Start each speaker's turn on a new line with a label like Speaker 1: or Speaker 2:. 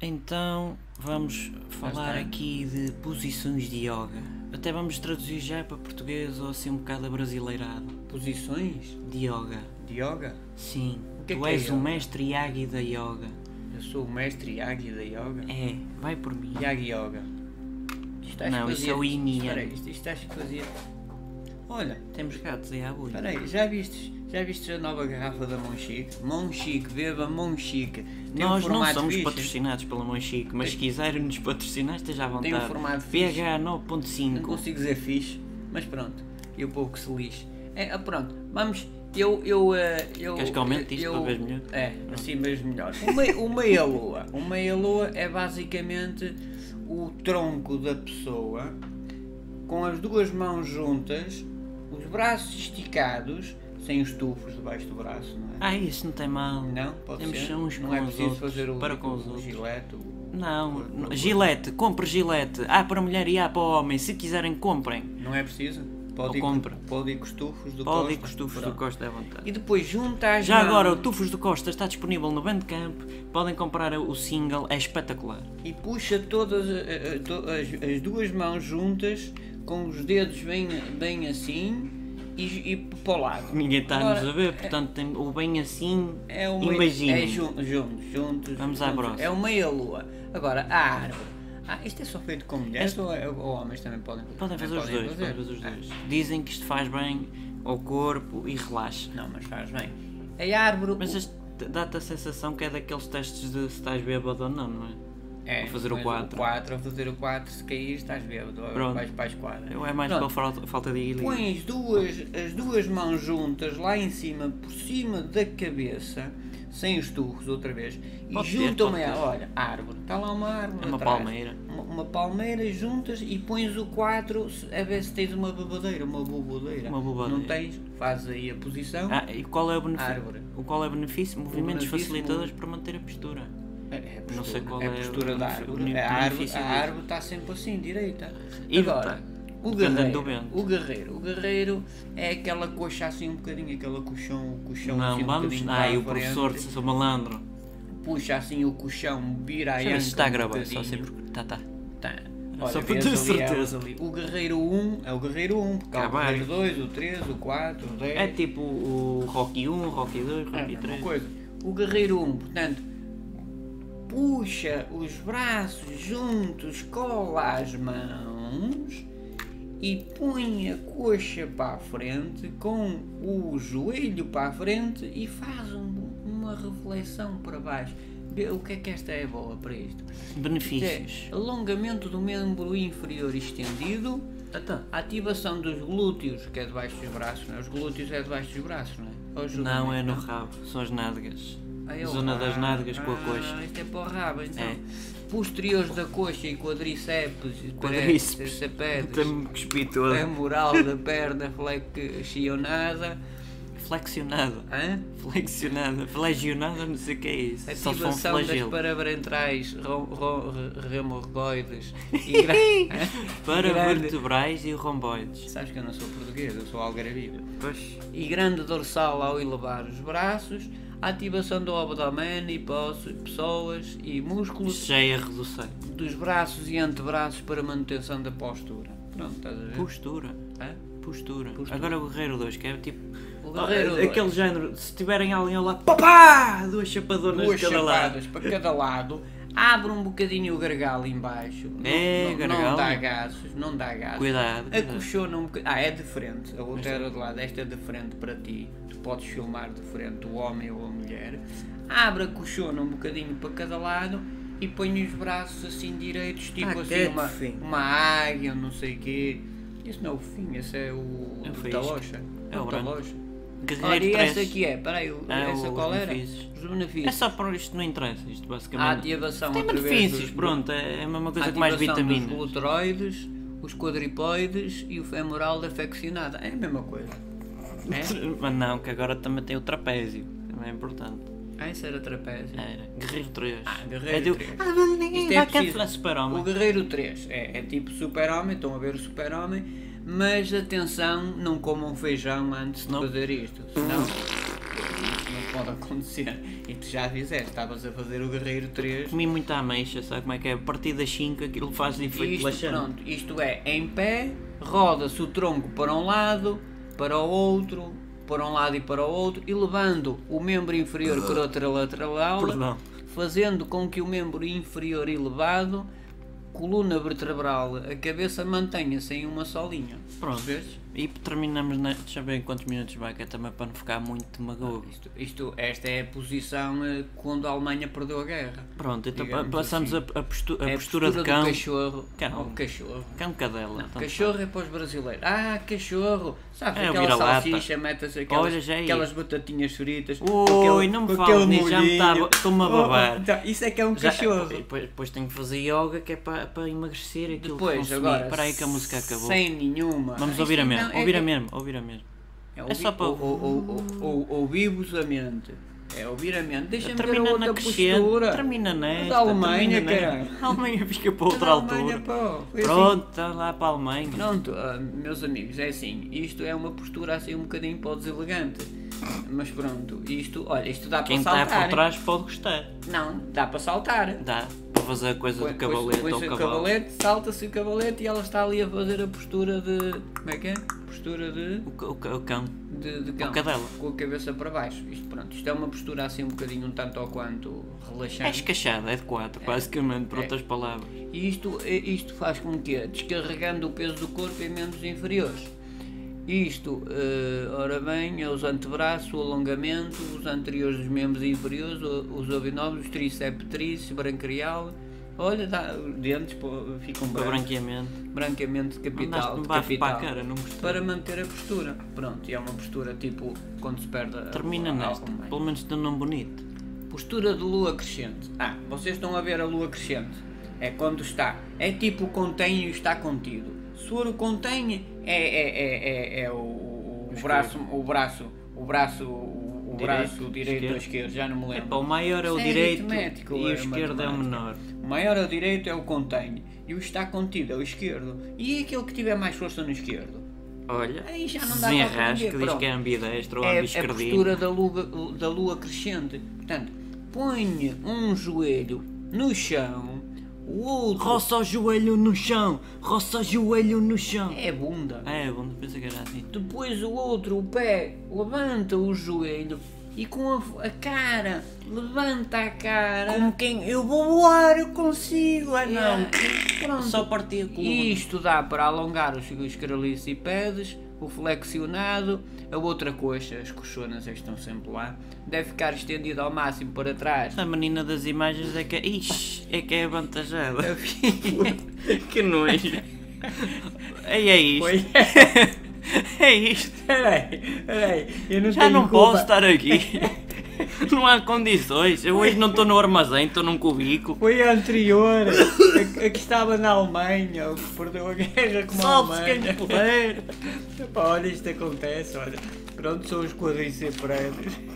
Speaker 1: Então vamos
Speaker 2: Hum,
Speaker 1: falar
Speaker 2: bem.
Speaker 1: aqui de posições de yoga. Até vamos traduzir já para português ou assim um bocado abrasileirado.
Speaker 2: Posições
Speaker 1: De yoga.
Speaker 2: de yoga.
Speaker 1: Sim.
Speaker 2: O que é
Speaker 1: tu
Speaker 2: que é
Speaker 1: és o
Speaker 2: yoga?
Speaker 1: mestre Yagi da yoga.
Speaker 2: Eu sou o mestre Yagi da yoga.
Speaker 1: É, vai por mim.
Speaker 2: Yagi Yoga. Estás
Speaker 1: Não,
Speaker 2: a
Speaker 1: isso é o Yin e Yang.
Speaker 2: Espera aí, isto, isto estás a fazer. Olha,
Speaker 1: Temos gatos aí à bolha.
Speaker 2: espera aí, já vistes, já vistes a nova garrafa da Monchique? Monchique, beba Monchique. Tem um
Speaker 1: Nós não
Speaker 2: formato
Speaker 1: somos
Speaker 2: fixe.
Speaker 1: patrocinados pela Monchique, mas se quiserem nos patrocinar, esteja à vontade.
Speaker 2: Tem um formato fixe.
Speaker 1: PH
Speaker 2: Não
Speaker 1: 9.5.
Speaker 2: consigo dizer fixe, mas pronto, eu pouco se lixe. É, ah, pronto, vamos, eu, eu, eh, eu
Speaker 1: Queres que aumente isto
Speaker 2: eu-
Speaker 1: para veres melhor?
Speaker 2: É, assim mesmo melhor. O mei- O meia-lua, o meia-lua é basicamente o tronco da pessoa com as duas mãos juntas, os braços esticados, sem os tufos debaixo do braço, não é?
Speaker 1: Ah, isso não tem mal.
Speaker 2: Não, pode
Speaker 1: Temos
Speaker 2: ser.
Speaker 1: uns
Speaker 2: não
Speaker 1: com
Speaker 2: é
Speaker 1: os
Speaker 2: preciso
Speaker 1: outros,
Speaker 2: fazer o,
Speaker 1: para com os
Speaker 2: o
Speaker 1: outros.
Speaker 2: gilete, o-
Speaker 1: Não,
Speaker 2: Por-
Speaker 1: não-
Speaker 2: por-
Speaker 1: gilete, compre gilete. Há para mulher e há para homem. Se quiserem, comprem.
Speaker 2: Não é preciso?
Speaker 1: Ou
Speaker 2: Pode ir, com-
Speaker 1: compra.
Speaker 2: pode ir com os tufos do
Speaker 1: Pode ir
Speaker 2: Costa.
Speaker 1: com os tufos do
Speaker 2: Pronto.
Speaker 1: Costa à vontade.
Speaker 2: E depois junta as
Speaker 1: Já
Speaker 2: mãos.
Speaker 1: agora, o Tufos do Costa está disponível no Bandcamp. Podem comprar o single, é espetacular.
Speaker 2: e puxa todas eh, eh, to- as, as duas mãos juntas com os dedos bem, bem assim e, e para o lado.
Speaker 1: Ninguém está-nos
Speaker 2: Agora,
Speaker 1: a ver, portanto, tem o bem assim.
Speaker 2: É um
Speaker 1: Imaginem.
Speaker 2: É jun- juntos, juntos.
Speaker 1: Vamos à
Speaker 2: juntos.
Speaker 1: próxima.
Speaker 2: É uma meia lua. Agora, a árvore. Ah, isto é só feito com mulheres ou, é, ou homens também podem É. Ah,
Speaker 1: Podem fazer os dois, podem fazer os dois. Dizem que isto faz bem ao corpo e relaxa.
Speaker 2: Não, mas faz bem. A árvore.
Speaker 1: Mas
Speaker 2: o-
Speaker 1: este dá-te a sensação que é daqueles testes de se estás bêbado ou não, não é?
Speaker 2: é,
Speaker 1: vou fazer o
Speaker 2: mas
Speaker 1: quatro.
Speaker 2: O 4, fazer o 4, se cair estás bêbado. ou
Speaker 1: Pronto.
Speaker 2: Vais para a esquadra.
Speaker 1: Ou é mais
Speaker 2: Pronto.
Speaker 1: pela falta- falta de equilíbrio?
Speaker 2: Põe as duas, as duas mãos juntas lá em cima, por cima da cabeça, sem os turros outra vez, e
Speaker 1: Pode ser,
Speaker 2: juntam-me
Speaker 1: pode
Speaker 2: a.
Speaker 1: ser.
Speaker 2: Olha, árvore, está lá uma árvore.
Speaker 1: É uma
Speaker 2: atrás.
Speaker 1: palmeira.
Speaker 2: Uma, uma palmeira, juntas e pões o 4 a ver se tens uma bobadeira. Uma bobadeira.
Speaker 1: Uma bobadeira.
Speaker 2: Não tens, fazes aí a posição.
Speaker 1: Ah, e qual é o
Speaker 2: Árvore.
Speaker 1: benefício? O qual é o benefício? Movimentos
Speaker 2: benefício-
Speaker 1: facilitadores para manter a postura.
Speaker 2: É, é a postura,
Speaker 1: sei qual
Speaker 2: é
Speaker 1: é
Speaker 2: a
Speaker 1: o
Speaker 2: postura da
Speaker 1: benefício-
Speaker 2: árvore. A árvore,
Speaker 1: benefício
Speaker 2: a
Speaker 1: disso.
Speaker 2: árvore está sempre assim, direita.
Speaker 1: E
Speaker 2: Agora, o
Speaker 1: dependendo
Speaker 2: guerreiro,
Speaker 1: do vento.
Speaker 2: o guerreiro, o guerreiro é aquela coxa assim um bocadinho, aquela colchão, o colchão assim
Speaker 1: Não,
Speaker 2: um
Speaker 1: vamos.
Speaker 2: bocadinho para
Speaker 1: Ai,
Speaker 2: a
Speaker 1: o professor,
Speaker 2: frente,
Speaker 1: sou malandro.
Speaker 2: puxa assim o colchão, vira a
Speaker 1: Deixa eu
Speaker 2: anca
Speaker 1: ver se está a
Speaker 2: um
Speaker 1: gravar, só
Speaker 2: bocadinho.
Speaker 1: sei porque. Tá, tá.
Speaker 2: Tá.
Speaker 1: Era
Speaker 2: Olha,
Speaker 1: só para
Speaker 2: vês
Speaker 1: ter
Speaker 2: ali,
Speaker 1: certeza.
Speaker 2: ali. O guerreiro 1 é o guerreiro 1, porque há o
Speaker 1: Acabar.
Speaker 2: guerreiro 2, o 3, o 4, o 10.
Speaker 1: É tipo o Rocky 1, Rocky 2,
Speaker 2: É a
Speaker 1: Rocky
Speaker 2: mesma
Speaker 1: 3.
Speaker 2: coisa. O guerreiro 1, portanto, puxa os braços juntos, cola as mãos e põe a coxa para a frente com o joelho para a frente e faz um- uma reflexão para baixo. Vê O que é que esta é boa para isto? Isto é
Speaker 1: Benefícios.
Speaker 2: alongamento do membro inferior estendido,
Speaker 1: É. Tá,
Speaker 2: ativação dos glúteos, que é debaixo dos braços, não é? Os glúteos é debaixo dos braços, não é? Ou os
Speaker 1: Não
Speaker 2: jumentos,
Speaker 1: é no rabo, são as nádegas.
Speaker 2: ah, é o
Speaker 1: Zona das
Speaker 2: rabo.
Speaker 1: nádegas com a
Speaker 2: Ah,
Speaker 1: coxa.
Speaker 2: Isto é para o rabo, então.
Speaker 1: É.
Speaker 2: Posteriores da coxa e quadríceps,
Speaker 1: Quadríceps. é,
Speaker 2: quadríceps,
Speaker 1: Está-me cuspi toda.
Speaker 2: femoral da perna flexionada,
Speaker 1: Flexionada.
Speaker 2: hã?
Speaker 1: Flexionada. Flagionada, não sei o que é isso. Só são
Speaker 2: ativação das
Speaker 1: flagelo.
Speaker 2: paravertrais, rom- rom- re- remorgoides e gra... hã?
Speaker 1: Para
Speaker 2: grande-
Speaker 1: vertebrais e romboides.
Speaker 2: Sabes que eu não sou português, eu sou algarabia.
Speaker 1: Pois.
Speaker 2: E grande dorsal ao elevar os braços, ativação do abdômen e posse- pessoas e músculos
Speaker 1: Isso já é redução.
Speaker 2: dos braços e antebraços para manutenção da postura. Pronto, estás
Speaker 1: É.
Speaker 2: a ver?
Speaker 1: Postura.
Speaker 2: Hã?
Speaker 1: Postura. Agora o Guerreiro 2, que é tipo.
Speaker 2: O Guerreiro
Speaker 1: Ah,
Speaker 2: dois.
Speaker 1: Aquele género, se tiverem alguém lá, papá! Duas chapadonas
Speaker 2: Duas
Speaker 1: de cada lado.
Speaker 2: chapadas para cada lado, abre um bocadinho o gargalo em baixo. Não-
Speaker 1: É,
Speaker 2: não, não,
Speaker 1: gargalo.
Speaker 2: dá gases, não dá gases.
Speaker 1: Cuidado, cuidado.
Speaker 2: Acolchona um bocadinho. Ah, é de frente. A outra era de lado. Esta é de frente para ti. Tu podes filmar de frente o homem ou a mulher. Abre a colchona um bocadinho para cada lado e põe os braços assim direitos, tipo
Speaker 1: Ah,
Speaker 2: assim,
Speaker 1: que
Speaker 2: uma,
Speaker 1: fim.
Speaker 2: uma águia, não sei o quê. Isso não é o fim, esse é o,
Speaker 1: É o
Speaker 2: o
Speaker 1: faísca.
Speaker 2: talocha.
Speaker 1: É o branco.
Speaker 2: talocha. Olha,
Speaker 1: Guerreiro
Speaker 2: e
Speaker 1: 3.
Speaker 2: esta aqui é? Peraí, o-
Speaker 1: Ah,
Speaker 2: essa
Speaker 1: os
Speaker 2: qual era?
Speaker 1: benefícios.
Speaker 2: Os benefícios.
Speaker 1: É só para isto, não interessa. Isto
Speaker 2: A
Speaker 1: basicamente.
Speaker 2: ativação
Speaker 1: Tem
Speaker 2: através
Speaker 1: benefícios,
Speaker 2: dos-
Speaker 1: pronto. É é a mesma coisa
Speaker 2: a
Speaker 1: que
Speaker 2: ativação
Speaker 1: mais
Speaker 2: dos
Speaker 1: vitaminas.
Speaker 2: glúteroides, os quadripoides e o femoral da flexionada. É a mesma coisa. É?
Speaker 1: Mas não, que agora também tem o trapézio. Também é importante.
Speaker 2: Ah, isso era trapézio.
Speaker 1: Era. Guerreiro 3. Ah,
Speaker 2: Guerreiro
Speaker 1: é do...
Speaker 2: três.
Speaker 1: Ah, mas ninguém
Speaker 2: Isto é
Speaker 1: vai
Speaker 2: preciso.
Speaker 1: cancelar
Speaker 2: O
Speaker 1: super-homem.
Speaker 2: guerreiro 3 é, é tipo super-homem, estão a ver o super-homem, mas atenção, não comam feijão antes de
Speaker 1: Não.
Speaker 2: fazer isto, senão isso não pode acontecer. E tu já fizeste, estavas a fazer o Guerreiro 3.
Speaker 1: Comi muita ameixa, sabe como é que é? A partir das 5 aquilo faz efeito
Speaker 2: Isto,
Speaker 1: laxante.
Speaker 2: pronto, isto é, em pé, roda-se o tronco para um lado, para o outro, para um lado e para o outro, e levando o membro inferior crotalateral,
Speaker 1: Ah. Perdão.
Speaker 2: fazendo com que o membro inferior elevado, coluna vertebral, a cabeça mantenha-se em uma só linha.
Speaker 1: Pronto.
Speaker 2: Percebes?
Speaker 1: E terminamos, na... deixa eu ver em quantos minutos vai, que é também para não ficar muito demagogo.
Speaker 2: Isto, isto- esta é a posição eh, quando a Alemanha perdeu a guerra.
Speaker 1: Pronto, então
Speaker 2: Digamos
Speaker 1: passamos
Speaker 2: assim.
Speaker 1: a, a postu- a
Speaker 2: É
Speaker 1: postura, de
Speaker 2: do
Speaker 1: cão.
Speaker 2: cachorro.
Speaker 1: Cão.
Speaker 2: Oh, cachorro.
Speaker 1: Cão cadela. então. tanto
Speaker 2: Cachorro é para os brasileiros. Ah, cachorro! Sabes,
Speaker 1: Tá É, o
Speaker 2: aquela
Speaker 1: vira-lata.
Speaker 2: salsicha, mete-se aquelas,
Speaker 1: Olha, já é
Speaker 2: aquelas batatinhas fritas.
Speaker 1: Ui, não me fales nisso, já me tá- estou-me a babar.
Speaker 2: então, isso é que é um
Speaker 1: Já-
Speaker 2: cachorro.
Speaker 1: Depois, depois tenho que fazer yoga que é para, para emagrecer aquilo que
Speaker 2: Depois,
Speaker 1: consumi.
Speaker 2: agora,
Speaker 1: Espera aí que a música acabou.
Speaker 2: sem nenhuma.
Speaker 1: Vamos
Speaker 2: Ah,
Speaker 1: ouvir a
Speaker 2: isto
Speaker 1: mesmo,
Speaker 2: não é
Speaker 1: ouvir a
Speaker 2: que-
Speaker 1: mesmo, ouvir a mesmo.
Speaker 2: É,
Speaker 1: É só
Speaker 2: ouvir-
Speaker 1: para-
Speaker 2: ou- ou- ou- ou- Ouvir-vos a mente. É ouvir a mente. Deixa-me ver a
Speaker 1: Termina
Speaker 2: outra
Speaker 1: na crescente,
Speaker 2: postura.
Speaker 1: termina nesta.
Speaker 2: Da Alemanha,
Speaker 1: termina nesta.
Speaker 2: caralho.
Speaker 1: A Alemanha fica para
Speaker 2: Da
Speaker 1: outra
Speaker 2: Alemanha,
Speaker 1: altura.
Speaker 2: pô. Foi assim.
Speaker 1: Pronto, está lá para a Alemanha.
Speaker 2: Pronto, ah, meus amigos, é assim, isto é uma postura assim um bocadinho para o deselegante. Mas pronto, isto, olha, isto dá
Speaker 1: Quem tá
Speaker 2: para
Speaker 1: está
Speaker 2: saltar.
Speaker 1: por trás pode gostar.
Speaker 2: Não, dá para saltar.
Speaker 1: Dá, para fazer a coisa do
Speaker 2: Põe-
Speaker 1: cavalete
Speaker 2: põe-se-
Speaker 1: ou
Speaker 2: põe-se o
Speaker 1: cavalo. Cavalete.
Speaker 2: cavalete, salta-se o cavalete e ela está ali a fazer a postura de. Como é que é? Postura de.
Speaker 1: O, ca- o ca- o cão.
Speaker 2: de, de cão.
Speaker 1: cadela.
Speaker 2: Com a cabeça para baixo. Isto pronto, isto é uma postura assim um bocadinho um tanto ou quanto
Speaker 1: É
Speaker 2: relaxante.
Speaker 1: escachado, é de quatro, basicamente,
Speaker 2: É.
Speaker 1: por outras palavras.
Speaker 2: E isto, eh, isto faz com que, descarregando o peso do corpo em membros inferiores. Isto, eh, ora bem, é os antebraços, o alongamento, os anteriores dos membros inferiores, o- os ovinóbulos, tríceps, tríceps, branquial. Olha, dá, os dentes pô, ficam
Speaker 1: Para
Speaker 2: brancos,
Speaker 1: branqueamento.
Speaker 2: branqueamento de É. capital.
Speaker 1: Mandaste-me bafo
Speaker 2: de
Speaker 1: para a
Speaker 2: capital
Speaker 1: cara, não gostei.
Speaker 2: para manter a postura. Pronto, e é uma postura tipo quando se perde a
Speaker 1: Termina
Speaker 2: a- a-
Speaker 1: nesta,
Speaker 2: a-
Speaker 1: pelo menos de um nome bonito.
Speaker 2: Postura de lua crescente. Ah, vocês estão a ver a lua crescente. É quando está. É tipo contém e está contido. Se for o contém, é, é, é, é, é o, o
Speaker 1: Esquerdo.
Speaker 2: braço, o braço, o braço, o
Speaker 1: Direito,
Speaker 2: braço direito
Speaker 1: esquerdo.
Speaker 2: ou esquerdo, já não me lembro.
Speaker 1: Epá, o maior é o
Speaker 2: Isto é
Speaker 1: direito
Speaker 2: aritmético,
Speaker 1: e o
Speaker 2: é
Speaker 1: esquerdo é o
Speaker 2: matemática.
Speaker 1: menor.
Speaker 2: O maior é o direito, é o contém. E o está contido é o esquerdo. E aquele que tiver mais força no esquerdo.
Speaker 1: Olha,
Speaker 2: Aí já não dá para
Speaker 1: desenrasca,
Speaker 2: aprender,
Speaker 1: diz
Speaker 2: pronto.
Speaker 1: que é ambidestro ou
Speaker 2: é a
Speaker 1: ambiscardino.
Speaker 2: postura da lua, da lua crescente. Portanto, ponha um joelho no chão, o outro
Speaker 1: Roça o joelho no chão, roça o joelho no chão.
Speaker 2: é bunda.
Speaker 1: É, bom, pensa que era assim.
Speaker 2: Depois o outro, o pé, levanta o joelho e com a, f- a cara, levanta a cara.
Speaker 1: quem? Eu vou voar, eu consigo, ah
Speaker 2: E a- e pronto.
Speaker 1: É. Só partia com
Speaker 2: Isto dá para alongar os, os caralicipedes, o flexionado, a outra coxa, as coxonas é que estão sempre lá, deve ficar estendido ao máximo para trás.
Speaker 1: A menina das imagens é que é. Ixi, é que é avantajada.
Speaker 2: que nojo.
Speaker 1: É, é isto.
Speaker 2: Foi.
Speaker 1: É isto.
Speaker 2: Peraí, peraí, eu não
Speaker 1: Já
Speaker 2: tenho
Speaker 1: não
Speaker 2: culpa.
Speaker 1: posso estar aqui. Não há condições. Eu hoje não estou no armazém, estou num cubículo.
Speaker 2: Foi a anterior, a, a que estava na Alemanha, o que perdeu a guerra com a
Speaker 1: Salve-se
Speaker 2: Alemanha.
Speaker 1: quem puder.
Speaker 2: Epá, olha, isto acontece, olha. Pronto, são os quadriceps